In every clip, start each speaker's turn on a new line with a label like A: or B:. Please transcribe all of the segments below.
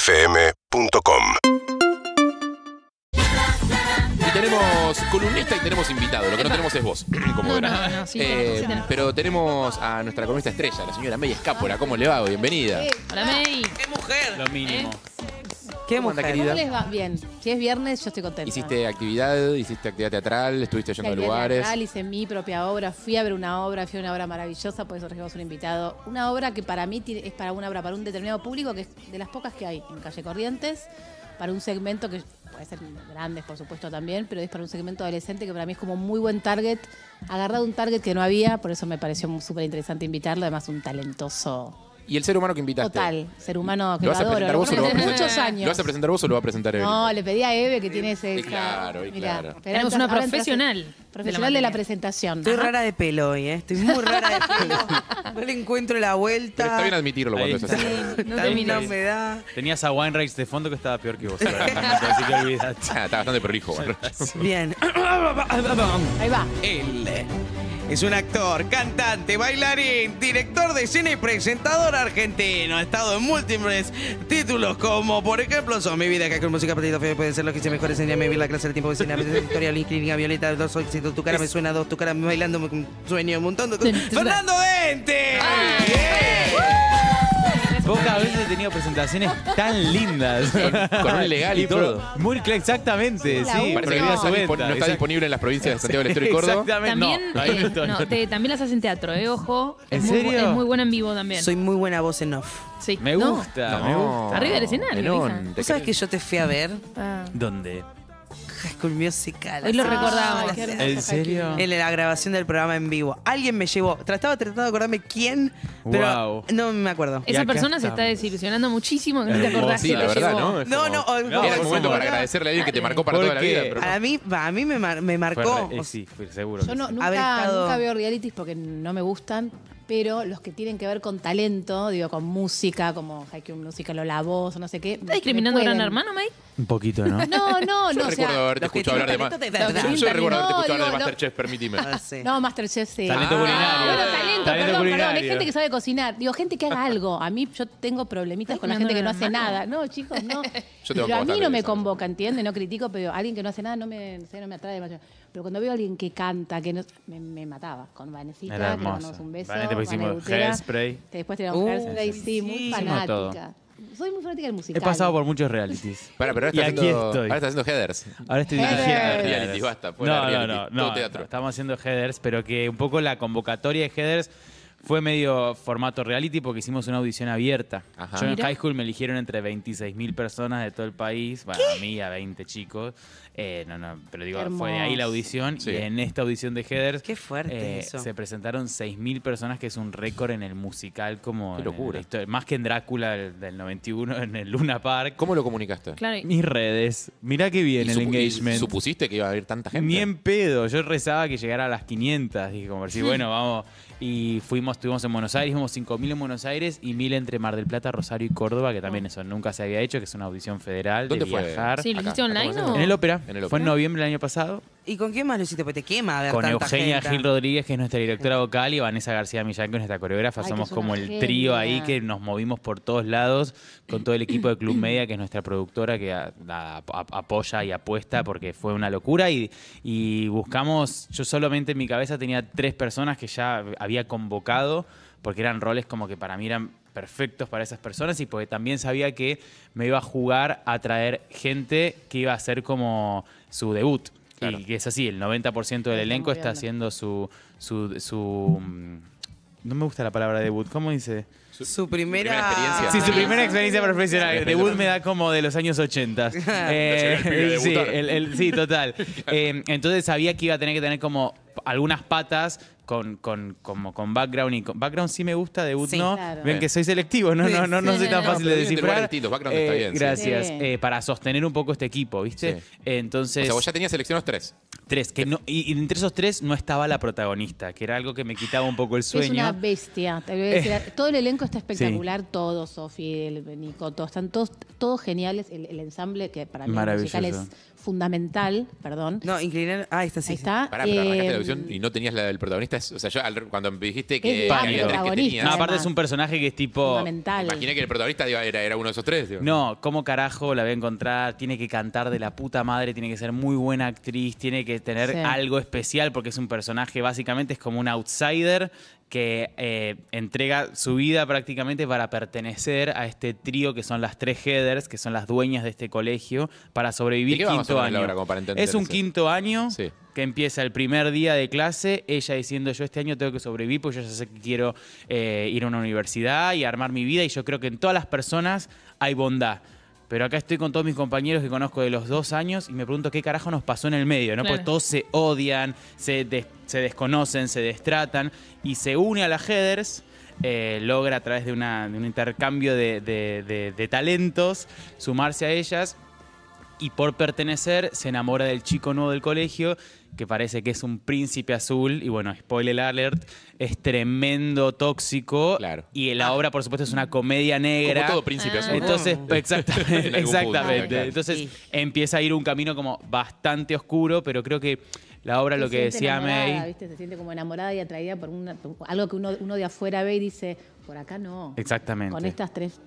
A: UrbanaPlayFM.com
B: Y tenemos columnista y tenemos invitado. Lo que no tenemos es vos, como
C: No,
B: verás.
C: no, no, sí,
B: Eh,
C: tenemos, sí, tenemos.
B: pero tenemos a nuestra columnista estrella, la señora May Escápora. ¿Cómo le va? Bienvenida.
C: Hola, May.
D: ¡Qué mujer!
E: Lo mínimo.
F: ¿Qué
B: ¿Cómo anda,
F: mujer?
B: querida?
C: ¿Cómo les va? Bien. Si es viernes, yo estoy contenta.
B: Hiciste actividad, hiciste actividad teatral, estuviste
C: Fui
B: yendo a
C: al Vía
B: lugares.
C: Teatral, hice mi propia obra, fui a ver una obra, fui a una obra maravillosa, por eso trajimos un invitado. Una obra que para mí tiene- es para una obra para un determinado público, que es de las pocas que hay en Calle Corrientes, para un segmento que puede ser grandes, por supuesto, también, pero es para un segmento adolescente que para mí es como muy buen target. Agarrado un target que no había, por eso me pareció súper interesante invitarlo, además un talentoso
B: Y el ser humano que invitaste.
C: total, ser humano que
B: ¿Lo vas
C: lo,
B: a
C: adoro,
B: presentar
C: lo
B: vos o lo vas
C: conozco
B: a
C: hace
B: presentar?
C: muchos años.
B: ¿Lo vas a presentar vos o lo va a presentar Evelyn?
C: No, le pedí a Eve que tiene ese.
B: Y claro, y
C: Mirá,
B: claro.
C: pero
D: Tenemos
C: ahora-
D: una
C: ahora
D: profesional. de
C: entras-
D: la
C: Profesional de la
D: materia.
C: presentación.
F: Estoy
C: Ajá.
F: rara de pelo hoy, ¿eh? Estoy muy rara de pelo. No le encuentro la vuelta.
B: Pero está bien admitirlo
E: Ahí
B: cuando es
E: está.
B: así.
F: no,
E: Está bien.
F: me da.
E: Tenías a Wine Race de fondo que estaba peor que vos. seguramente, Así que olvidate.
B: Ah, está bastante prolijo. bueno.
F: Bien.
C: Ahí va.
G: Él es un actor, cantante, bailarín, director de cine y presentador argentino. Ha estado en múltiples títulos como, por ejemplo, Son mi vida, que con música, patito feo, pueden ser los que se mejores en día, mi vida, la clase del tiempo, vecina, victoria, link, clínica, violeta, dos éxitos, tu cara me suena, dos, tu cara me bailando, me un sueño, un montón de cosas. ¡Fernando Dente!
E: Pocas veces he tenido presentaciones tan lindas.
B: Con un legal y todo.
E: Muy cl- exactamente,
C: la
E: sí.
C: última.
B: Parece que
C: Pero
B: no
C: no
B: está,
E: su
B: dispon-
E: venta,
B: no está
E: exact-
B: disponible en las provincias de Santiago del Estero y Córdoba.
E: Exactamente.
H: También,
E: no, ahí
H: eh,
E: estoy.
H: no, te- también las hacen teatro, ¿eh? Ojo.
E: ¿En
H: es muy bu-
E: serio?
H: es muy buena en vivo también.
F: Soy muy buena voz en off.
H: Sí.
E: Me
H: No.
E: gusta, me gusta.
B: No.
H: Arriba del escenario,
B: Menón,
H: hija.
B: te
F: ¿Tú sabes que
B: crees.
F: yo te fui a ver?
H: Ah.
E: ¿Dónde?
F: High School Musical.
H: Hoy lo
F: hace muchos
H: recordamos.
F: años.
C: Ay, Ah, qué hermoso.
E: ¿En serio?
F: En la grabación del programa en vivo. Alguien me llevó. Trataba tratando de acordarme quién, pero
E: Wow.
F: no me acuerdo.
E: Y
H: Esa
E: acá Eh,
H: persona se
E: estamos.
H: está desilusionando muchísimo que no te
E: Hermoso.
H: acordás.
B: Sí,
H: que
B: la
H: te
B: verdad,
H: llevó.
B: ¿no? Es
F: No,
B: como-
F: no, olvidado.
B: Era el momento para
F: Dale.
B: agradecerle a alguien que te marcó para
E: ¿Por
B: toda la vida.
E: qué?
B: pero no.
F: A mí, a mí me, mar- me marcó.
E: Fue- eh,
F: o
E: sí, fue seguro.
C: Yo
E: que
C: no-
E: sí.
F: Haber
C: nunca,
F: estado-
C: nunca veo realities porque no me gustan, pero los que tienen que ver con talento, digo, con música, como Haikyuu Musical o La Voz o no sé qué.
H: ¿Estás discriminando a Gran Hermano, May?
E: Un poquito, ¿no?
C: No, no, no.
B: Yo
C: o sea,
B: recuerdo haberte
F: los que
B: escuchado hablar de
F: tienen
B: más.
F: talento de verdad.
B: Yo recuerdo haberte escuchado
C: No,
B: hablar de
C: digo, no.
B: Masterchef, permíteme.
F: Ah, sí.
C: No, Masterchef sí. Ah,
E: Talento culinario.
C: bueno, talento, perdón,
E: Talento
C: perdón. Hay
E: culinario.
C: gente que sabe cocinar. Digo, gente que haga algo. A mí yo tengo problemitas
H: Ay,
C: con la
H: Fernando
C: gente que no hace
H: Gran
C: nada. No, chicos,
B: tengo
C: no. pero a mí
B: bastante
C: no
B: de
C: me
B: eso.
C: convoca, ¿entiendes? No critico, pero alguien que no hace nada no me, no sé, no me atrae demasiado. Pero cuando veo a alguien que canta, que no, me, me mataba. Con Vanesita,
E: Era
C: que le mandamos
E: hermosa.
C: un beso.
E: Vanessa, después hicimos
C: Butera,
E: Hairspray.
C: que después tiramos
F: Uh,
C: Hairspray, sí, muy
E: hicimos
C: fanática. Soy muy fanática del musical.
E: He pasado por muchos realities.
B: Pará, pero ahora
E: Y
B: estás
E: aquí
B: haciendo-
E: estoy.
B: Ahora estás haciendo headers.
E: Ahora estoy
C: Headers.
E: dirigiendo
B: Reality, basta, fuera
E: No, no,
B: reality,
E: no,
B: todo
E: no,
B: teatro.
E: no, Estamos haciendo headers, pero que un poco la convocatoria de headers fue medio formato reality porque hicimos una audición abierta.
B: Ajá.
E: Yo en
H: Mira.
E: high school me eligieron entre 26.000 personas de todo el país, bueno, a mí, a 20 chicos. Eh, no, no, pero digo,
C: Qué
E: fue de ahí la
C: hermoso.
E: audición
B: Sí.
E: y en esta audición de headers eh,
F: Qué fuerte eso.
E: se presentaron 6.000 personas, que es un récord en el musical como
B: Qué
E: en la
B: locura.
E: historia. más que en Drácula del, del 91 en el Luna Park.
B: ¿Cómo lo comunicaste?
H: Claro. y-
E: Mis redes. Mirá que bien
B: ¿Y
E: el
B: supu- y
E: engagement.
B: ¿Supusiste que iba a haber tanta gente?
E: Ni en pedo. Yo rezaba que llegara a las 500. Dije, como si, bueno, vamos. Y fuimos, estuvimos en Buenos Aires, fuimos 5.000 en Buenos Aires y 1.000 entre Mar del Plata, Rosario y Córdoba, que también eso nunca se había hecho, que es una audición federal
B: Ah. ¿Dónde
E: de
B: fue?
E: viajar.
H: Sí, ¿lo
B: Acá,
H: hiciste
B: acá
H: online
B: conocemos.
H: o...?
E: En el ópera.
B: En el
E: Fue en
B: Ópera.
E: noviembre del año pasado.
F: ¿Y con quién más lo hiciste? Pues te quema ver
E: Con
F: tanta
E: Eugenia
F: gente.
E: Gil Rodríguez, que es nuestra directora vocal, y Vanessa García Millán, que es nuestra coreógrafa.
C: Ay, que
E: Somos
C: es una
E: como el
C: genia.
E: trío ahí que nos movimos por todos lados con todo el equipo de Club Media, que es nuestra productora, que a- a- a- apoya y apuesta porque fue una locura. Y, y buscamos, yo solamente en mi cabeza tenía tres personas que ya había convocado, porque eran roles como que para mí eran perfectos para esas personas y porque también sabía que me iba a jugar a traer gente que iba a ser como su debut.
B: Claro.
E: Y que es así, el 90% del
C: Está
E: elenco
C: muy
E: está
C: bien.
E: haciendo su, su, su- mm, No me gusta la palabra debut, ¿cómo dice?
F: Su primera,
B: Primera experiencia.
E: Sí, su
B: Ah.
E: primera experiencia profesional.
B: Perfecto.
E: Debut me da como de los años 80. Eh,
B: Lo llevé al pibe a
E: sí,
B: debutar.
E: el- el- sí, total. Eh, entonces sabía que iba a tener que tener como algunas patas con, con, como con background y con background sí me gusta, debut
F: Sí,
E: no.
C: claro.
E: Ven que soy selectivo, no, no, no, no soy tan
H: No,
E: fácil
B: pero
E: de
B: vienen de lugares
E: descifrar.
B: distintos, background está
E: Eh,
B: bien, sí.
E: Gracias.
C: Sí.
E: Eh, para sostener un poco este equipo, ¿viste?
B: Sí.
E: Entonces.
B: O sea, vos ya tenías seleccionados tres.
E: Tres, que no, y, y entre esos tres no estaba la protagonista, que era algo que me quitaba un poco el
C: Es
E: sueño.
C: una bestia. Te voy a decir, todo el elenco está espectacular, todo, Sofi, el Nico, todos, están todos, todos geniales. El, el ensamble que para mí el musical es
E: Maravilloso.
C: fundamental, perdón.
F: No, inclinar. Ah, esta sí.
C: Ahí
F: sí.
C: está.
B: Pará, pero arrancaste
C: eh,
B: la audición y no tenías la del protagonista. Es- O sea, yo al- cuando me dijiste que,
C: Es la
B: había tres que
C: protagonista.
B: tenías,
E: No,
C: además.
E: aparte es un personaje que es tipo.
C: fundamental.
B: imaginé que el protagonista digo, era, era uno de esos tres. digo.
E: No, ¿cómo carajo la voy a encontrar? Tiene que cantar de la puta madre, tiene que ser muy buena actriz, tiene que tener
C: Sí.
E: algo especial porque es un personaje, básicamente es como un outsider que eh, entrega su vida prácticamente para pertenecer a este trío que son las tres headers, que son las dueñas de este colegio, para sobrevivir
B: ¿De qué vamos a
E: quinto
B: hablar,
E: año.
B: Laura, como para entender
E: es un
B: eso?
E: quinto año
B: Sí.
E: que empieza el primer día de clase, ella diciendo yo este año tengo que sobrevivir porque yo ya sé que quiero eh, ir a una universidad y armar mi vida y yo creo que en todas las personas hay bondad. Pero acá estoy con todos mis compañeros que conozco de los dos años y me pregunto qué carajo nos pasó en el medio, ¿no?
H: Claro.
E: Porque todos se odian, se, des- se desconocen, se destratan y se une a las Headers. eh, logra a través de, una- de un intercambio de- de- de- de talentos sumarse a ellas y por pertenecer se enamora del chico nuevo del colegio que parece que es un príncipe azul y bueno, spoiler alert, es tremendo tóxico
B: Claro.
E: y
C: Ah.
E: la obra por supuesto es una comedia negra.
B: Como todo príncipe azul.
E: Entonces,
B: En algún punto,
C: Ah.
E: exactamente, exactamente.
B: claro.
E: Entonces
F: Sí.
E: empieza a ir un camino como bastante oscuro, pero creo que la obra
C: se
E: lo que
C: siente
E: decía
C: enamorada,
E: May
C: ¿viste? Se siente como enamorada y atraída por, una- por algo que uno, uno de afuera ve y dice, por acá no.
E: Exactamente.
C: Con estas tres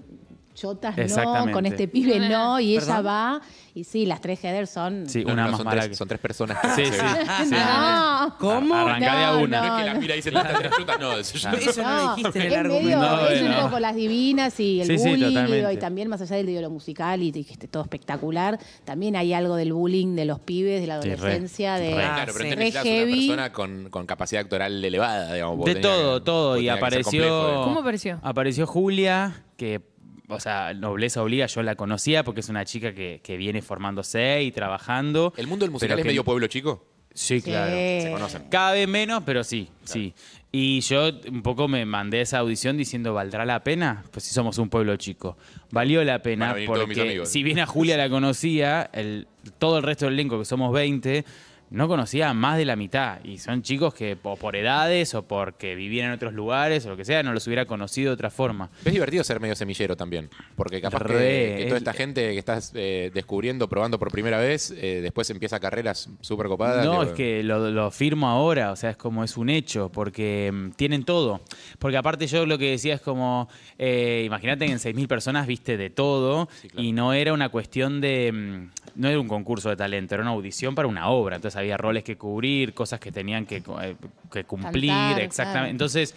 C: chotas no,
E: Exactamente.
C: con este pibe no, y ella
F: ¿Perdón?
C: va. Y sí, las tres headers son...
E: Sí,
B: No,
E: una
B: no,
E: más
B: son,
E: mala
B: tres,
E: que-
B: son tres personas. que
E: Sí,
B: se
E: sí,
B: ven.
E: sí.
C: No.
F: ¿Cómo?
E: Arrancá de a
C: No,
E: una.
B: No es que la
C: no.
B: mira y dice, "Estas tres frutas", no, eso yo-
F: Eso no lo dijiste en el
C: es medio-
F: argumento.
E: No,
C: es
E: bueno.
C: un poco las divinas y el
E: Sí, sí,
C: bullying, digo,
E: totalmente.
C: y también más allá del de lo musical y dijiste todo espectacular, también hay algo del bullying de los pibes, de la
E: Sí, re,
C: adolescencia, de... ah,
E: re.
B: Claro, pero
F: sí.
B: entonces
C: Re
B: necesitas
C: heavy.
B: una persona con, con capacidad actoral elevada, digamos. vos
E: De
B: tenías
E: todo,
B: que-
E: todo.
B: vos
E: Y
B: tenías que ser
E: apareció.
B: complejo, eh.
H: ¿Cómo apareció?
E: Apareció Julia, que, o sea, nobleza obliga, yo la conocía porque es una chica que, que viene formándose y trabajando.
B: ¿El mundo del musical
E: Pero
B: es
E: que-
B: medio pueblo chico?
E: Sí, claro.
B: Se conocen.
E: Cada vez menos, pero sí, sí. Y yo un poco me mandé esa audición diciendo, ¿valdrá la pena? Pues si somos un pueblo chico. Valió la
B: Van a
E: pena
B: venir todos mis
E: porque
B: amigos.
E: si bien a Julia la conocía, el, todo el resto del elenco, que somos 20, no conocía a más de la mitad. Y son chicos que o por edades o porque vivían en otros lugares o lo que sea, no los hubiera conocido de otra forma.
B: Es divertido ser medio semillero también, porque capaz que- eh,
E: Re,
B: que, toda
E: es-
B: esta gente que estás eh, descubriendo, probando por primera vez, eh, después empieza carreras súper copadas.
E: No,
B: digo,
E: es que lo, lo firmo ahora, o sea, es como es un hecho, porque mm, tienen todo. Porque aparte yo lo que decía es como, eh, imagínate que en 6.000 personas viste de todo y no era una cuestión de, mm, no era un concurso de talento, era una audición para una obra, entonces había roles que cubrir, cosas que tenían que, cu- eh, que cumplir,
C: Cantar,
E: exactamente.
C: claro.
E: Entonces...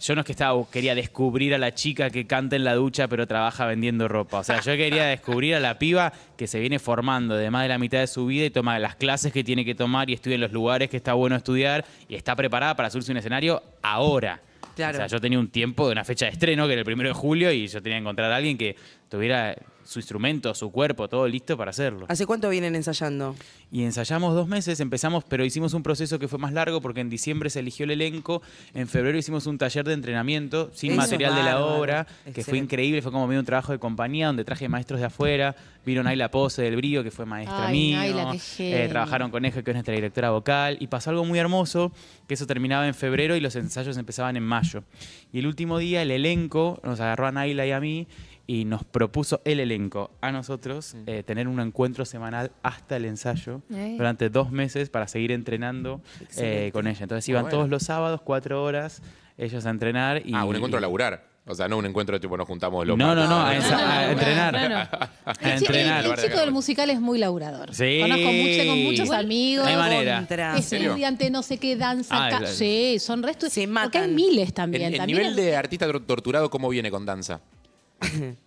E: Yo no es que estaba, quería descubrir a la chica que canta en la ducha pero trabaja vendiendo ropa. O sea, yo quería descubrir a la piba que se viene formando de más de la mitad de su vida y toma las clases que tiene que tomar y estudia en los lugares que está bueno estudiar y está preparada para subirse a un escenario ahora.
F: Claro.
E: O sea, yo tenía un tiempo de una fecha de estreno que era el primero de julio y yo tenía que encontrar a alguien que tuviera su instrumento, su cuerpo, todo listo para hacerlo.
F: ¿Hace cuánto vienen ensayando?
E: Y ensayamos dos meses, empezamos, pero hicimos un proceso que fue más largo porque en diciembre se eligió el elenco, en febrero hicimos un taller de entrenamiento sin
F: Eso es
E: material de la
F: bárbaro.
E: obra, que fue
F: Excelente.
E: increíble, fue como medio un trabajo de compañía donde traje maestros de afuera, vieron ahí la pose del brío que fue maestra
C: Ay,
E: mía, eh,
C: Naila, qué genio.
E: trabajaron con Eje que es nuestra directora vocal, y pasó algo muy hermoso, que eso terminaba en febrero y los ensayos empezaban en mayo. Y el último día el elenco nos agarró a Naila y a mí. Y nos propuso el elenco a nosotros eh, tener un encuentro semanal hasta el ensayo
H: Eh.
E: durante dos meses para seguir entrenando eh,
F: Excelente.
E: con ella. Entonces iban
B: Ah, bueno.
E: todos los sábados, cuatro horas, ellos a entrenar. Y,
B: Ah, un encuentro a laburar. O sea, no un encuentro tipo nos juntamos los
E: No, no,
B: martes.
E: no, a, ensa-
H: no,
E: a
H: no,
E: entrenar.
H: claro.
E: A
C: El, chi- el-
E: entrenar.
C: el chico del musical es muy laburador.
E: Sí.
C: Conozco mucho, con muchos
E: Igual,
C: amigos.
E: no hay manera.
F: Contra.
C: que
B: serio?
C: Estudiante, no sé qué danza.
E: Ah,
C: ca-
E: claro.
C: Sí, son restos.
F: Se
C: Porque hay
F: matan.
C: miles
B: El,
C: también.
B: el
C: también
B: nivel
C: es-
B: de artista tor- torturado, ¿cómo viene con danza?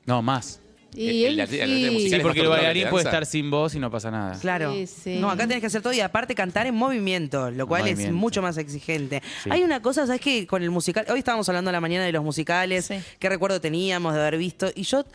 E: No, más.
C: Y
B: el- el- el- el-
C: él
B: el
C: sí.
B: musical
E: Sí,
B: es más
E: porque el
B: torturado
E: bailarín
B: que
E: puede
B: danza.
E: estar sin voz y no pasa nada.
F: Claro.
C: Sí, sí.
F: No, acá tenés que hacer todo y aparte cantar en movimiento, lo cual es
E: Movimiento.
F: mucho más exigente.
E: Sí.
F: Hay una cosa, ¿sabes qué? Con el musical, hoy estábamos hablando a la mañana de los musicales,
H: Sí.
F: qué recuerdo teníamos de haber visto, y yo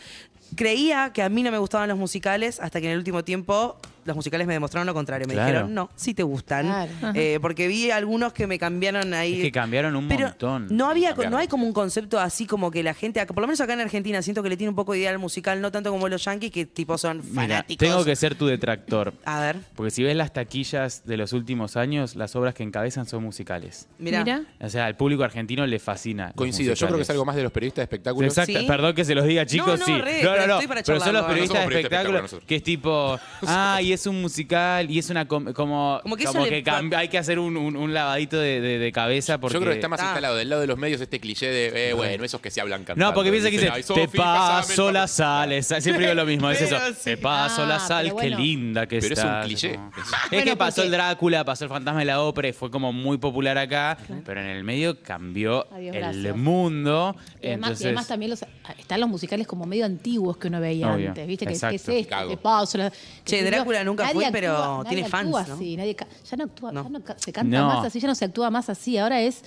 F: creía que a mí no me gustaban los musicales hasta que en el último tiempo los musicales me demostraron lo contrario. Me
E: Claro.
F: dijeron, no, sí te gustan.
C: Claro.
F: Eh, porque vi algunos que me cambiaron ahí.
E: Es que cambiaron un
F: Pero
E: montón.
F: No había,
B: Cambiaron.
F: no hay como un concepto así como que la gente, por lo menos acá en Argentina, siento que le tiene un poco de idea al musical, no tanto como los yankees, que tipo son
E: Mira,
F: fanáticos.
E: tengo que ser tu detractor.
F: A ver,
E: Porque si ves las taquillas de los últimos años, las obras que encabezan son musicales.
F: mira.
H: Mirá.
E: O sea, al público argentino le fascina. los
B: Coincido, yo creo que es
E: musicales.
B: algo más de los periodistas de espectáculos.
E: Exacto,
F: ¿Sí?
E: perdón que se los diga, chicos,
F: no,
E: sí.
F: re,
E: no,
F: pero
E: no, no,
F: estoy para
E: pero son los
F: charlarlo, ¿eh?
E: periodistas
B: No somos
E: de
B: periodistas de
E: espectáculo
B: espectáculo
E: que es tipo, ah, y es un musical, y es una com- como
F: Como que
E: que,
F: eso
E: como
F: le
E: que
F: pa-
E: cam- hay que hacer un, un- un lavadito de, de- de cabeza porque
B: Yo creo que está más
F: Ah.
B: instalado del lado de los medios este cliché de, eh, bueno, esos que se hablan cantando.
E: No, porque piensa que
B: "Ay,
E: dice,
B: Sofi,
E: te paso
B: casame,
E: la
B: papá".
E: sal. esa- Siempre digo lo mismo, es eso.
F: Pero
E: Te
F: sí.
E: paso la
C: Ah,
E: sal,
C: pero
E: qué
C: bueno.
E: linda que
B: Pero es un
E: estás",
B: cliché.
E: como-
B: Es-
E: Es que
C: Bueno,
E: pasó el
C: porque-
E: Drácula, pasó el fantasma de la ópera y fue como muy popular acá, pero en el medio cambió
C: Adiós,
E: el
C: gracias.
E: mundo.
C: Y además, y
E: entonces,
C: además también los, ah, están los musicales como medio antiguos que uno veía
E: Obvio,
C: antes, ¿viste? Que,
E: exacto.
C: que es esto,
B: Chicago.
C: que paso. la-
F: Che,
C: que-
F: Drácula nunca
C: nadie
F: fui, pero
C: actúa-
F: tiene
C: nadie
F: fans,
C: actúa
F: ¿no?
C: así, nadie ca- ya no actúa,
F: No.
C: ya no ca- se canta
E: No.
C: más así, ya no se actúa más así. Ahora es.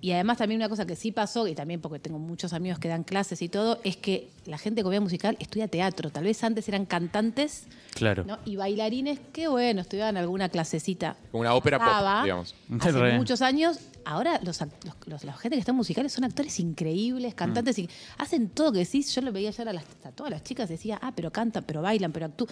C: Y además también una cosa que sí pasó, y también porque tengo muchos amigos que dan clases y todo, es que la gente que comedia musical estudia teatro. Tal vez antes eran cantantes
E: claro.
C: ¿no? y bailarines, qué bueno, estudiaban alguna clasecita.
B: Como una ópera pop,
C: Pasaba
B: digamos.
C: Hace
E: Re.
C: muchos años, ahora los, act- los, los- la gente que está en musicales son actores increíbles, cantantes,
E: Mm.
C: y hacen todo que decís. Yo lo veía ayer a, las, a todas las chicas, decía, ah, pero cantan, pero bailan, pero actúan.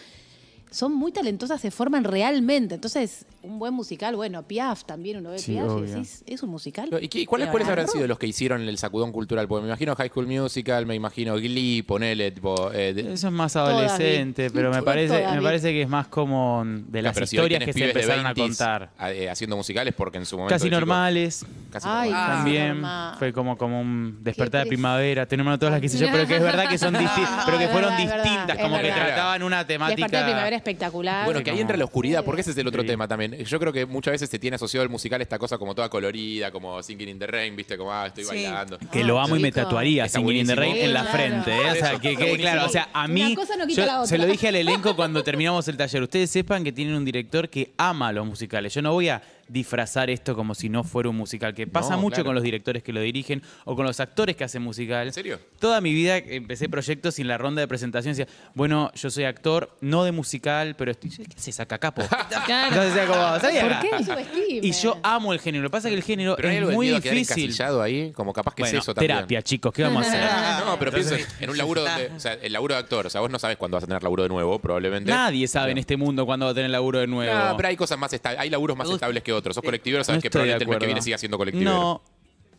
C: Son muy talentosas, se forman realmente. Entonces, un buen musical, bueno, Piaf también, uno ve
E: Sí,
C: Piaf
E: obvio.
C: y decís, es un musical.
B: ¿Y qué- cuáles,
C: Pero
B: cuáles habrán
C: agarró.
B: sido los que hicieron el sacudón cultural? Porque me imagino High School Musical, me imagino Glee, ponele, tipo... eh, de-
E: Eso es más
C: Todas,
E: adolescente,
C: Vic.
E: pero me
C: Todas,
E: parece,
C: todas,
E: me
C: Vic.
E: parece que es más como de las
B: Ah, Pero si hoy
E: historias
B: tenés
E: que se
B: pibes de
E: empezaron a
B: 20s
E: contar.
B: a- eh, haciendo musicales porque en su momento...
E: Casi
B: de chico-
E: normales.
B: Casi
C: Ay,
B: normales.
F: Ah.
E: También
C: normal.
E: fue como, como un despertar de
C: triste.
E: primavera, tener una todas las que sé yo, pero que es verdad que son distintas,
C: No,
E: pero que
C: es
E: fueron
C: verdad, es verdad,
E: distintas,
C: es
E: como que
B: verdad.
E: trataban una
C: Despertar de primavera
E: temática.
C: espectacular.
B: Bueno, que ahí
E: como-
B: entra la oscuridad, porque ese es el otro
E: Sí.
B: tema también. Yo creo que muchas veces se tiene asociado al musical esta cosa como toda colorida, como Singing in the Rain, viste, como ah, estoy
F: Sí.
B: bailando.
E: Que lo
C: Ah,
E: amo y me
C: chico.
E: tatuaría
B: Está
E: sin in the
B: buenísimo.
E: Rain en la
C: Claro.
E: frente. ¿eh? O sea, que quede claro. O sea, a
C: Una
E: mí.
C: cosa no quita
E: yo
C: la
E: se
C: otra.
E: lo dije al elenco cuando terminamos el taller. Ustedes sepan que tienen un director que ama los musicales. Yo no voy a disfrazar esto como si no fuera un musical, que pasa
B: No,
E: mucho
B: claro.
E: con los directores que lo dirigen o con los actores que hacen musical.
B: ¿En serio?
E: Toda mi vida empecé proyectos sin la ronda de presentación. Decía, bueno, yo soy actor, no de musical, pero estoy. ¿Qué haces acá, capo? Entonces era como, "¿Sabía
H: ¿Por
E: acá?".
H: qué?
C: Subestime.
E: Y yo amo el género. Lo que pasa es que el género
B: Pero hay
E: es
B: algo del
E: muy
B: miedo a quedar
E: difícil.
B: encasillado ahí, como capaz que
E: Bueno,
B: es eso también.
E: terapia, chicos, ¿qué vamos a hacer?
B: No, pero pienso en un laburo donde, o sea, el laburo de actor, o sea, vos no sabes cuándo vas a tener laburo de nuevo, probablemente.
E: Nadie sabe en este mundo cuándo va a tener laburo de nuevo.
B: No, pero hay cosas más estables, hay laburos más estables que
C: Eh,
B: otros. Sos colectivero, sabes
E: No
B: que
E: estoy de
B: probablemente el mes que
E: acuerdo.
B: viene siga siendo colectivero.
E: No,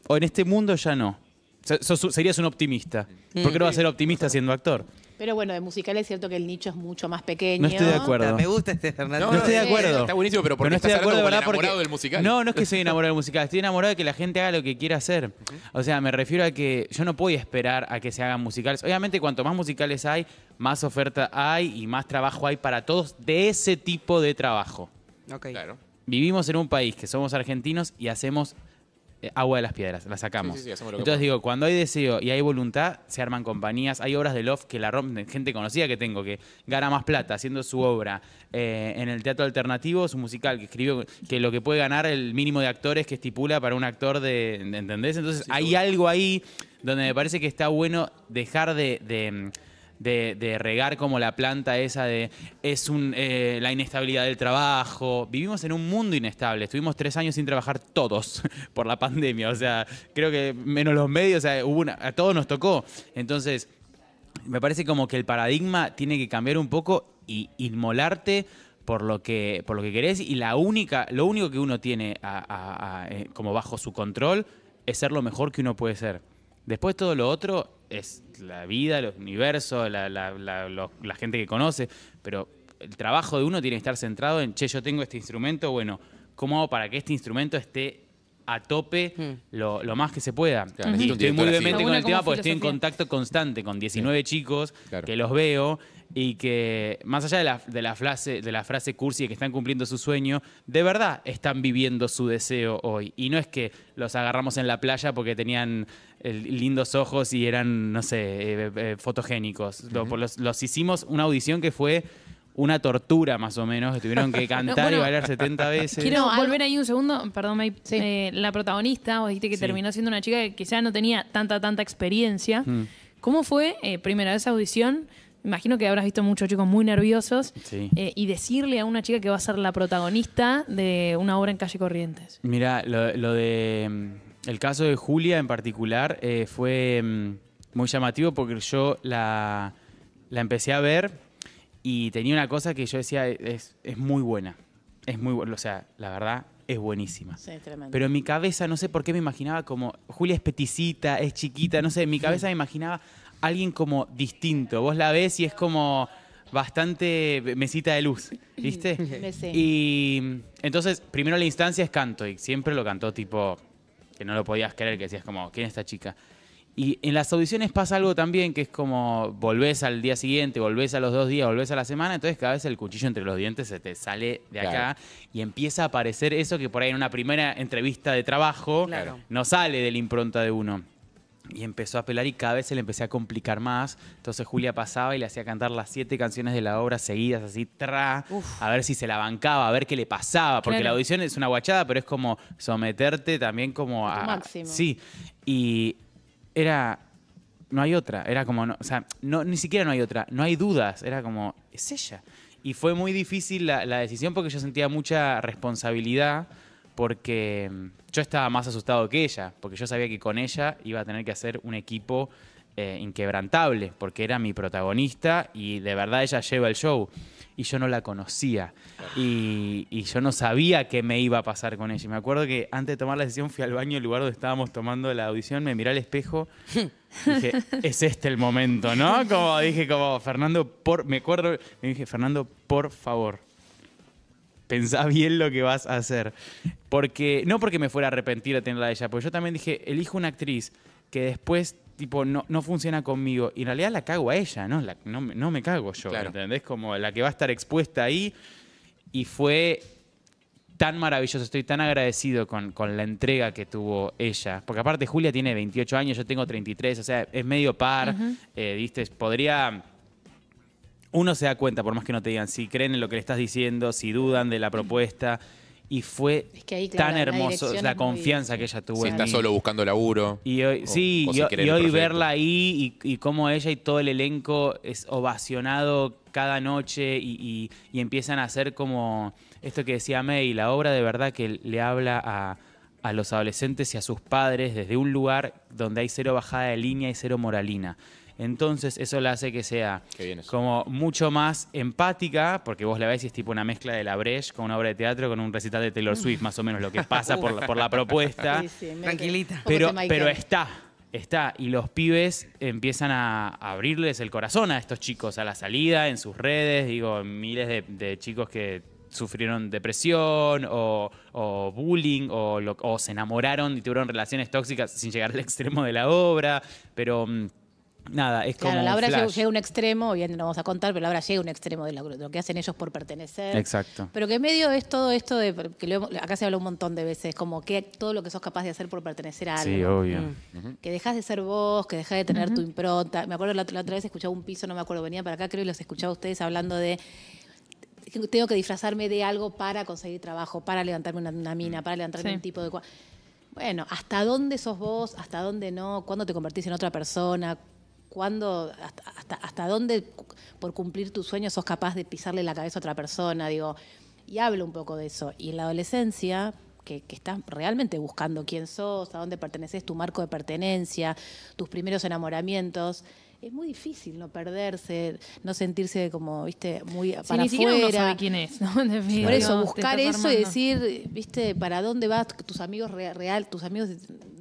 E: o en este mundo ya no. Se- sos- serías un optimista. ¿Por qué no vas a ser optimista siendo actor?
C: Pero bueno, de musical es cierto que el nicho es mucho más pequeño.
E: No estoy de acuerdo.
F: Me gusta este Fernando.
B: No,
E: No
C: eh,
E: estoy de
B: sí,
E: acuerdo.
B: está buenísimo, pero porque
E: no estoy de
B: estás
E: acuerdo,
B: hablando como el
E: ¿verdad? Porque-
B: enamorado del musical.
E: No, no es que soy enamorado del musical. Estoy enamorado de que la gente haga lo que quiera hacer. O sea, me refiero a que yo no puedo esperar a que se hagan musicales. Obviamente, cuanto más musicales hay, más oferta hay y más trabajo hay para todos de ese tipo de trabajo.
F: Ok.
B: Claro.
E: vivimos en un país que somos argentinos y hacemos eh, agua de las piedras, la sacamos.
B: Sí, sí, sí, hacemos lo que
E: Entonces
B: podemos.
E: digo, cuando hay deseo y hay voluntad, se arman compañías, hay obras de Love que la rompen, gente conocida que tengo, que gana más plata haciendo su obra eh, en el teatro alternativo, su musical, que escribió que lo que puede ganar el mínimo de actores que estipula para un actor de, ¿entendés? Entonces hay algo ahí donde me parece que está bueno dejar de- de mm, de, de regar como la planta esa de es un, eh, la inestabilidad del trabajo. Vivimos en un mundo inestable. Estuvimos tres años sin trabajar todos por la pandemia. O sea, creo que menos los medios, o sea, hubo una- a todos nos tocó. Entonces, me parece como que el paradigma tiene que cambiar un poco y inmolarte por lo que por lo que querés y la única lo único que uno tiene a- a- a, eh, como bajo su control es ser lo mejor que uno puede ser después todo lo otro es la vida el universo la, la- la- lo- la gente que conoce pero el trabajo de uno tiene que estar centrado en che yo tengo este instrumento bueno cómo hago para que este instrumento esté a tope lo, lo más que se pueda
B: Claro,
E: Y
B: necesito un
E: estoy muy
B: director así.
E: vehemente
H: Está
E: con
H: buena
E: el tema
H: como
E: porque estoy en
H: filosofía.
E: contacto contacto constante con 19 chicos
B: Claro.
E: que los veo y que más allá de la, de la frase de la frase cursi de que están cumpliendo su sueño, de verdad están viviendo su deseo hoy y no es que los agarramos en la playa porque tenían eh, lindos ojos y eran no sé eh, eh, fotogénicos. Lo- los, los hicimos una audición que fue una tortura más o menos, que tuvieron que cantar y
H: bueno,
E: bailar 70 veces.
H: Quiero
C: No, algo-
H: volver ahí un segundo, perdón, May. Eh, la protagonista, vos dijiste que
E: Sí.
H: terminó siendo una
C: Mm.
H: chica que quizá no tenía tanta, tanta experiencia. ¿Cómo fue, eh, primera vez audición, Imagino que habrás visto muchos chicos muy nerviosos.
E: Sí.
H: eh, y decirle a una chica que va a ser la protagonista de una obra en Calle Corrientes.
E: Mira, lo, lo de mm, el caso de Julia en particular eh, fue mm, muy llamativo porque yo la, la empecé a ver y tenía una cosa que yo decía es, es muy buena. Es muy buena. O sea, la verdad, es buenísima.
C: Sí, tremendo.
E: Pero en mi cabeza, no sé por qué me imaginaba como. Julia es peticita, es chiquita, no sé. En mi cabeza me imaginaba alguien como distinto. Vos la ves y es como bastante mesita de luz, ¿viste?
C: Sí.
E: Y entonces, primero la instancia es canto, y siempre lo cantó tipo que no lo podías creer, que decías como, ¿quién es esta chica? Y en las audiciones pasa algo también que es como volvés al día siguiente, volvés a los dos días, volvés a la semana, entonces cada vez el cuchillo entre los dientes se te sale de acá
B: Claro.
E: y empieza a aparecer eso que por ahí en una primera entrevista de trabajo
F: Claro.
E: no sale de la impronta de uno. Y empezó a pelar y cada vez se le empecé a complicar más. Entonces Julia pasaba y le hacía cantar las siete canciones de la obra seguidas, así, tra, a ver si se la bancaba, a ver qué le pasaba. Porque
H: Claro.
E: la audición es una guachada, pero es como someterte también como
C: A tu
E: a...
C: máximo.
E: Sí. Y era... No hay otra. Era como... No, o sea, no, ni siquiera no hay otra. No hay dudas. Era como... Es ella. Y fue muy difícil la, la decisión porque yo sentía mucha responsabilidad porque mm, yo estaba más asustado que ella, porque yo sabía que con ella iba a tener que hacer un equipo eh, inquebrantable, porque era mi protagonista y de verdad ella lleva el show. Y yo no la conocía. Y, y yo no sabía qué me iba a pasar con ella. Y me acuerdo que antes de tomar la decisión fui al baño, el lugar donde estábamos tomando la audición, me miré al espejo. Dije, es este el momento, ¿no? Como dije, como, Fernando, por. Me acuerdo, le dije, Fernando, por favor, pensá bien lo que vas a hacer. Porque, no porque me fuera a arrepentir de tenerla a ella, porque yo también dije, elijo una actriz que después, tipo, no, no funciona conmigo. Y en realidad la cago a ella, ¿no? La- no, me- no me cago yo,
B: Claro.
E: ¿entendés? Como la que va a estar expuesta ahí. Y fue tan maravilloso, estoy tan agradecido con, con la entrega que tuvo ella. Porque aparte Julia tiene 28 años, yo tengo 33, o sea, es medio par, eh, ¿viste? Podría... Uno se da cuenta, por más que no te digan, si creen en lo que le estás diciendo, si dudan de la propuesta. Y fue
C: Es que ahí, claro,
E: tan
C: la- la
E: hermoso
C: dirección
E: la
C: es muy-
E: confianza que ella tuvo.
B: Si
E: en
B: estás
E: mí.
B: solo buscando laburo.
E: Y hoy,
B: o-
E: sí,
B: o
E: y,
B: si
E: ho-
B: querés
E: y
B: el
E: hoy
B: proyecto.
E: verla ahí y, y cómo ella y todo el elenco es ovacionado cada noche y, y- y empiezan a hacer como esto que decía May, la obra de verdad que le habla a, a los adolescentes y a sus padres desde un lugar donde hay cero bajada de línea y cero moralina. Entonces eso la hace que sea
B: Qué bien eso.
E: como mucho más empática, porque vos la ves y es tipo una mezcla de la Breche con una obra de teatro, con un recital de Taylor Swift, más o menos lo que pasa por la, por la propuesta.
C: Sí, sí, me-
F: Tranquilita.
C: un poco
E: ah, Pero,
C: te Michael.
E: pero está, está. Y los pibes empiezan a abrirles el corazón a estos chicos, a la salida, en sus redes, digo, miles de, de chicos que sufrieron depresión o, o bullying o, lo- o se enamoraron y tuvieron relaciones tóxicas sin llegar al extremo de la obra, pero mm, nada, es
C: Claro,
E: como
C: la
E: un
C: obra llega,
E: flash.
C: llega a un extremo, bien no lo vamos a contar, pero la obra llega a un extremo de lo, de lo que hacen ellos por pertenecer.
E: Exacto.
C: Pero que en medio es todo esto de, que lo hemos- acá se habla un montón de veces, como que todo lo que sos capaz de hacer por pertenecer a algo. Mm,
E: Sí, obvio.
C: que dejas de ser vos, que dejas de tener tu impronta. Me acuerdo la, la otra vez escuchaba un piso, no me acuerdo, venía para acá, creo que los escuchaba a ustedes hablando de que tengo que disfrazarme de algo para conseguir trabajo, para levantarme una, una mina, para levantarme
H: Sí.
C: un tipo de... cua- Bueno, ¿hasta dónde sos vos? ¿Hasta dónde no? ¿Cuándo te convertís en otra persona? ¿Cuándo, hasta, hasta, hasta dónde cu- por cumplir tus sueños sos capaz de pisarle la cabeza a otra persona? Digo, y hablo un poco de eso. Y en la adolescencia, que, que estás realmente buscando quién sos, a dónde perteneces, tu marco de pertenencia, tus primeros enamoramientos, es muy difícil no perderse, no sentirse como, viste, muy
H: Sí,
C: para
H: ni siquiera uno
C: afuera.
H: sabe quién es, ¿no? En definitiva,
C: Por eso,
H: te
C: buscar
H: estás
C: eso y
H: armando.
C: decir, viste, para dónde vas tus amigos rea- real, tus amigos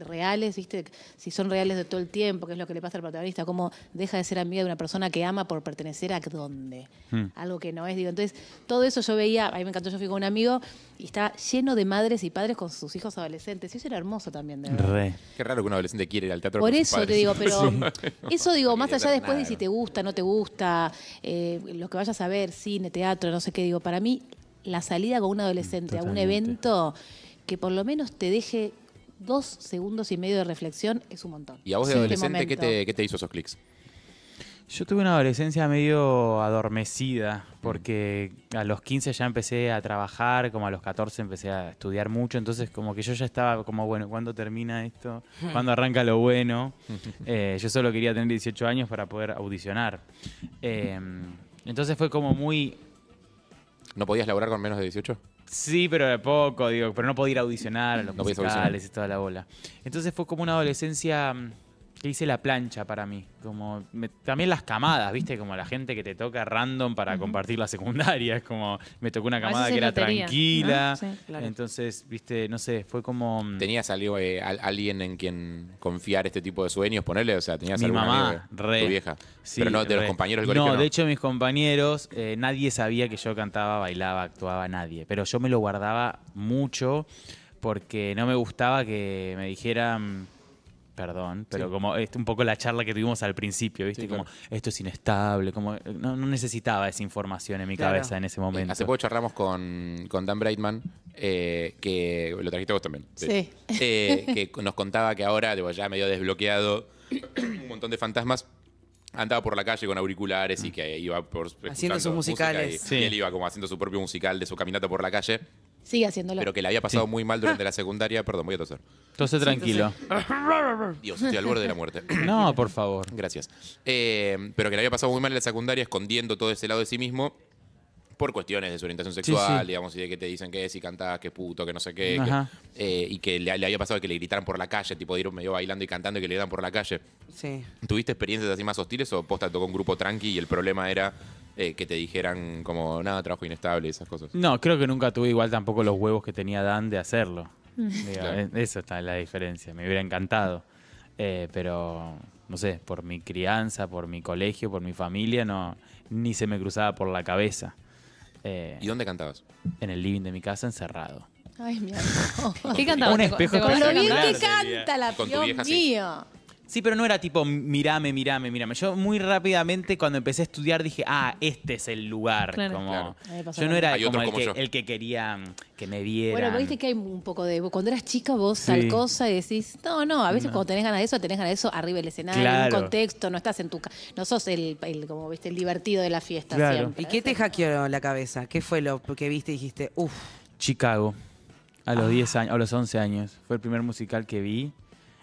C: reales, viste, si son reales de todo el tiempo, que es lo que le pasa al protagonista, cómo deja de ser amiga de una persona que ama por pertenecer a dónde, algo que no es, digo, entonces todo eso yo veía, a mí me encantó, yo fui con un amigo y está lleno de madres y padres con sus hijos adolescentes, y eso era hermoso también, de verdad.
E: Re.
B: Qué raro que un adolescente quiera ir al teatro.
C: Por
B: con sus
C: eso te
B: padres.
C: digo, pero eso digo, más
B: quiere
C: allá
B: hacer
C: después de
B: nada,
C: si
B: ¿no?
C: te gusta, no te gusta, eh, lo que vayas a ver, cine, teatro, no sé qué, digo, para mí la salida con un adolescente a un
E: Totalmente.
C: evento que por lo menos te deje dos segundos y medio de reflexión es un montón.
B: ¿Y a vos de
C: Sí.
B: adolescente qué
C: Este
B: te,
C: momento.
B: qué te hizo esos clics?
E: Yo tuve una adolescencia medio adormecida, porque a los 15 ya empecé a trabajar, como a los 14 empecé a estudiar mucho, entonces como que yo ya estaba como, bueno, ¿cuándo termina esto? ¿Cuándo arranca lo bueno? Eh, yo solo quería tener 18 años para poder audicionar. Eh, entonces fue como muy,
B: ¿No podías laburar con menos de 18?
E: Sí, pero de poco, digo, pero no podía ir a audicionar a los
B: No podías
E: musicales
B: audicionar.
E: y toda la bola. Entonces fue como una adolescencia mm, que hice la plancha para mí. Como me- también las camadas, ¿viste? Como la gente que te toca random para compartir la secundaria. Es como, me tocó una
H: veces
E: camada que
H: es
E: era
H: lotería, ¿no?
E: tranquila.
H: Ah, Sí, claro.
E: Entonces, ¿viste? No sé, fue como... mm,
B: ¿Tenías algo, eh, al- alguien en quien confiar este tipo de sueños? Ponerle, o sea, tenías
E: Mi
B: algún
E: mamá,
B: amigo,
E: re.
B: tu vieja.
E: Sí,
B: Pero no de
E: re.
B: los compañeros del
E: No,
B: colegio. No,
E: de hecho, mis compañeros, eh, nadie sabía que yo cantaba, bailaba, actuaba, nadie. Pero yo me lo guardaba mucho porque no me gustaba que me dijeran. Perdón, pero como es un poco la charla que tuvimos al principio, ¿viste?
B: Sí,
E: como
B: claro.
E: esto es inestable, como eh, no, no necesitaba esa información en mi
F: Claro.
E: cabeza en ese
B: Eh,
E: momento.
B: Hace poco charlamos con, con Dan Brightman, eh, que lo trajiste vos también.
C: Sí.
B: Eh, que nos contaba que ahora, digo, ya medio desbloqueado, un montón de fantasmas. Andaba por la calle con auriculares y que iba por,
F: Haciendo
B: escuchando
F: sus musicales.
B: música y-
E: Mm. Sí.
B: y él iba como haciendo su propio musical de su caminata por la calle,
C: Sigue haciéndolo.
B: pero que le había pasado muy mal
F: Ah.
B: durante la secundaria. Perdón, voy a toser.
E: Entonces, tranquilo.
B: Dios, estoy al borde de la muerte.
E: No, por favor.
B: Gracias. Eh, pero que le había pasado muy mal en la secundaria escondiendo todo ese lado de sí mismo por cuestiones de su orientación sexual,
E: sí.
B: digamos, y de que te dicen que es, y cantás, que puto, que no sé qué. que-
E: Ajá.
B: eh, y que le, le había pasado que le gritaran por la calle, tipo de ir medio bailando y cantando y que le dan por la calle.
F: Sí.
B: ¿Tuviste experiencias así más hostiles o posta tocó un grupo tranqui y el problema era eh, que te dijeran como, nada, trabajo inestable y esas cosas?
E: No, creo que nunca tuve igual tampoco los huevos que tenía Dan de hacerlo.
C: Mm.
E: Digo,
B: Claro.
E: es- Eso está la diferencia. Me hubiera encantado. Eh, pero, no sé, por mi crianza, por mi colegio, por mi familia, no, ni se me cruzaba por la cabeza. Eh,
B: ¿Y dónde cantabas?
E: en el living de mi casa, encerrado.
C: Ay, mi amor.
H: ¿Qué cantabas?
E: Un
H: ¿Te-
E: espejo
H: te
E: Con
C: Con
E: la
C: lo
H: acordás de
C: bien
E: cantar
C: que
E: sería.
C: canta la
B: Con tu
C: Dios
B: vieja, sí.
C: mío.
E: Sí, pero no era tipo, mirame, mirame, mirame. Yo muy rápidamente cuando empecé a estudiar dije, ah, este es el lugar.
H: Claro.
E: Como-
B: Claro.
C: A mí me pasó
E: Yo
C: lo
E: no era
B: Hay
E: como
B: otros
E: el,
B: como
E: que,
B: yo.
E: el que quería mm, que me vieran.
C: Bueno, viste que hay un poco de. Cuando eras chica, vos tal
E: Sí.
C: cosa y decís, no, no, a veces cuando tenés ganas de eso, tenés ganas de eso arriba del escenario, en
E: Claro.
C: un contexto, no estás en tu. ca- No sos el, el, como viste, el divertido de la fiesta
E: Claro.
C: siempre.
F: ¿Y qué te hackeó la cabeza? ¿Qué fue lo que viste y dijiste, uff,
E: Chicago, a los 10 años, a los 11 años. Fue el primer musical que vi.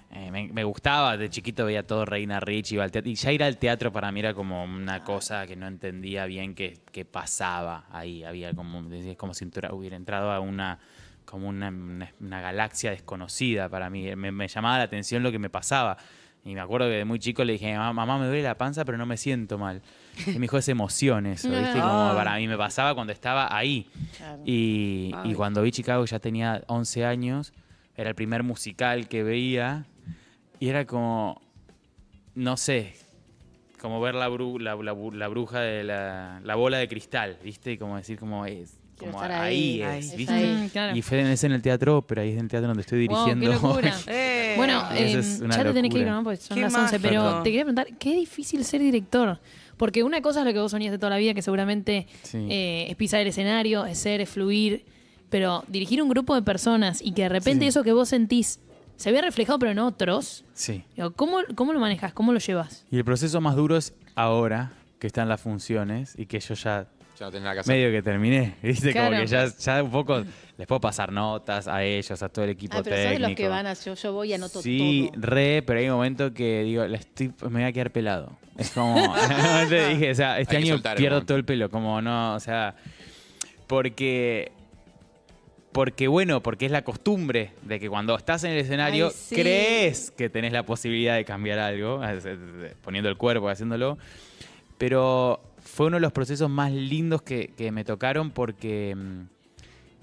E: Eh, me, me gustaba, de chiquito veía todo Reina Rich, iba al teatro. Y ya ir al teatro para mí era como una cosa que no entendía bien qué, qué pasaba ahí. Había como, es como si entra- hubiera entrado a una como una, una- una galaxia desconocida para mí. Me, me llamaba la atención lo que me pasaba. Y me acuerdo que de muy chico le dije, "Mamá, mamá, me duele la panza, pero no me siento mal. Y me dijo, es emoción eso, ¿viste? Como para mí me pasaba cuando estaba ahí.
C: Claro.
E: Y, y cuando vi Chicago ya tenía 11 años, era el primer musical que veía y era como, no sé, como ver la, bru- la, la bu- la bruja de la, la bola de cristal, ¿viste? Y como decir, como es.
C: Quiero
E: Como
C: estar
E: ahí,
F: ahí,
E: es,
C: ahí.
E: ¿viste?
C: Es ahí.
H: Mm, claro.
E: Y fue en, es en el teatro ópera, ahí es en el teatro donde estoy
H: Wow, qué
E: dirigiendo.
H: locura.
F: Eh,
H: Bueno,
E: Eso
H: eh,
E: es una
H: ya te tenés que ir,
E: locura.
H: ¿no? Porque son
F: Qué
H: las 11,
F: magia.
H: pero
F: Perdón.
H: te quería preguntar, qué difícil ser director. Porque una cosa es lo que vos soñaste toda la vida, que seguramente
E: Sí.
H: eh, es pisar el escenario, es ser, es fluir, pero dirigir un grupo de personas y que de repente
E: Sí.
H: eso que vos sentís se vea reflejado pero en otros,
E: Sí.
H: digo, ¿cómo, cómo lo manejas? ¿Cómo lo llevas?
E: Y el proceso más duro es ahora, que están las funciones y que yo ya
B: Ya no tenés nada que hacer.
E: medio que terminé, ¿viste? Como
H: Claro.
E: que ya, ya un poco les puedo pasar notas a ellos, a todo el equipo
C: Ah, pero
E: técnico.
C: sos de los que van a. Yo, yo voy y anoto
E: sí,
C: todo.
E: re, pero hay un momento que digo, la estoy- me voy a quedar pelado. Es como, te dije, o sea, este
B: Hay que
E: año
B: soltar el
E: pierdo
B: momento.
E: todo el pelo, como no, o sea, porque porque bueno, porque es la costumbre de que cuando estás en el escenario
C: Ay, sí.
E: crees que tenés la posibilidad de cambiar algo, eh, poniendo el cuerpo, haciéndolo. Pero fue uno de los procesos más lindos que, que me tocaron porque mm,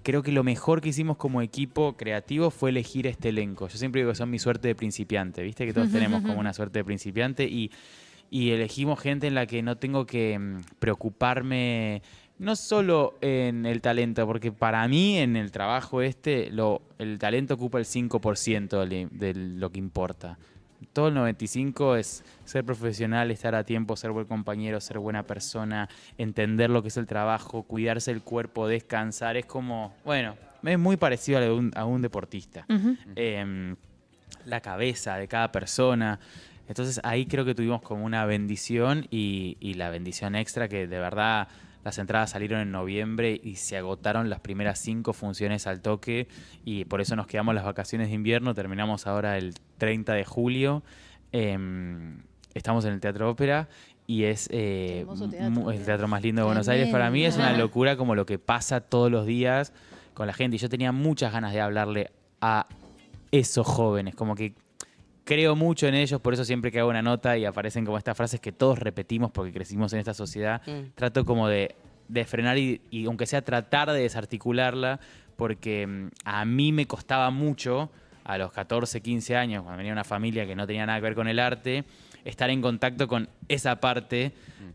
E: creo que lo mejor que hicimos como equipo creativo fue elegir este elenco. Yo siempre digo que son mi suerte de principiante, ¿viste? Que todos tenemos como una suerte de principiante y, y elegimos gente en la que no tengo que mm, preocuparme no solo en el talento, porque para mí en el trabajo este lo, el talento ocupa el 5% de, de lo que importa. Todo el 95 es ser profesional, estar a tiempo, ser buen compañero, ser buena persona, entender lo que es el trabajo, cuidarse el cuerpo, descansar. Es como, bueno, es muy parecido a lo de un- a un deportista
H: Ujú.
E: em, la cabeza de cada persona. Entonces ahí creo que tuvimos como una bendición y, y la bendición extra que de verdad las entradas salieron en noviembre y se agotaron las primeras cinco funciones al toque y por eso nos quedamos las vacaciones de invierno, terminamos ahora el 30 de julio. Em, estamos en el Teatro Ópera y es eh,
C: hermoso
E: mu-
C: teatro.
E: el teatro más lindo de Buenos
C: Tremendo.
E: Aires. Para mí es una
H: Ajá.
E: locura como lo que pasa todos los días con la gente. Y yo tenía muchas ganas de hablarle a esos jóvenes, como que creo mucho en ellos, por eso siempre que hago una nota y aparecen como estas frases que todos repetimos porque crecimos en esta sociedad,
F: Mm.
E: trato como de, de frenar y, y aunque sea tratar de desarticularla, porque mm, a mí me costaba mucho a los 14, 15 años, cuando venía una familia que no tenía nada que ver con el arte, estar en contacto con esa parte,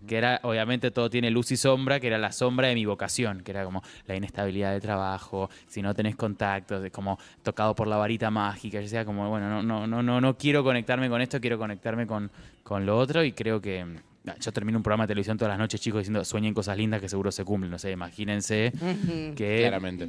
E: que era, obviamente todo tiene luz y sombra, que era la sombra de mi vocación, que era como la inestabilidad de trabajo, si no tenés contactos, es como tocado por la varita mágica, yo decía como, bueno, no, no, no, no, no quiero conectarme con esto, quiero conectarme con, con lo otro y creo que... mm, Yo termino un programa de televisión todas las noches, chicos, diciendo sueñen cosas lindas que seguro se cumplen. No sé, imagínense que
B: Claramente.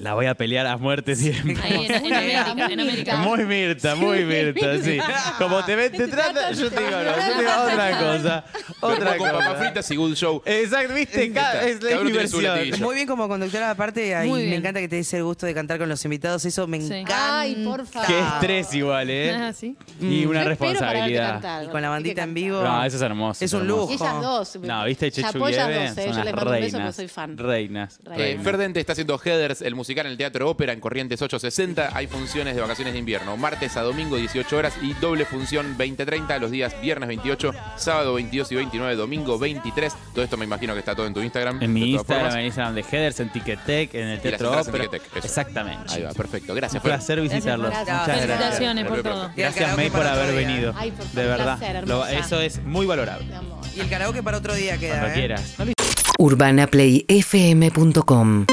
E: la voy a pelear a muerte siempre.
H: Ahí en, en América, en América.
E: Muy Mirta, muy Mirta, sí. Como te, ve- te trata, yo te digo, no, yo te digo otra cosa. Otra
B: Otra con papas
E: cosa. Eh,
B: fritas y good show.
E: Exacto, viste, cada, es la
B: Cada uno tiene su
E: diversión.
B: latiguillo.
F: Muy bien como conductora, aparte, ahí
H: Muy
F: me
H: bien.
F: encanta que te des el gusto de cantar con los invitados, eso me
H: Sí.
F: encanta.
C: Ay, por favor.
E: Qué estrés igual, ¿eh?
H: Ah, sí.
E: Y
C: Mm, Yo espero
E: una
C: para verte
E: responsabilidad.
C: cantar,
F: Y con la
C: hay que
F: bandita en
C: cantar.
F: vivo.
E: No, eso es hermoso.
F: Es un
E: hermoso.
C: Y
F: lujo.
C: ellas dos.
E: No, viste,
C: Chapo,
E: Chechu y
C: ellas
E: Eve
C: dos, eh,
E: son
C: Yo
E: unas
C: les mando un beso porque
E: reinas.
C: soy fan.
E: Reinas.
C: Reinas.
B: Eh, Ferdente está haciendo headers el musical en el Teatro Ópera en Corrientes 860. Hay funciones de vacaciones de invierno, martes a domingo 18 horas y doble función 20-30 los días viernes 28, sábado 22 y 29, domingo 23. Todo esto me imagino que está todo en tu Instagram.
E: En
B: de
E: mi
B: todas
E: Instagram, en
B: formas.
E: Instagram de Headers, en Ticketek, en el
B: Y las
E: Teatro
B: entradas en
E: Ópera.
B: Ticketek, eso.
E: Exactamente.
B: Ahí va, perfecto.
E: Un
B: Gracias, Fer.
E: placer visitarlos.
C: Gracias.
E: Muchas gracias.
H: Felicitaciones por
B: Gracias.
H: todo.
F: Y al
E: Gracias,
F: karaoke
E: May, por
F: para otro
E: haber
F: día.
E: venido.
C: Ay, por favor,
E: de
C: un
E: verdad.
C: placer,
E: Lo-
C: hermosa.
E: eso es muy valorable.
C: Mi amor.
F: Y el karaoke para otro día queda.
E: Cuando
F: ¿eh?
E: quieras.
D: urbanaplayfm.com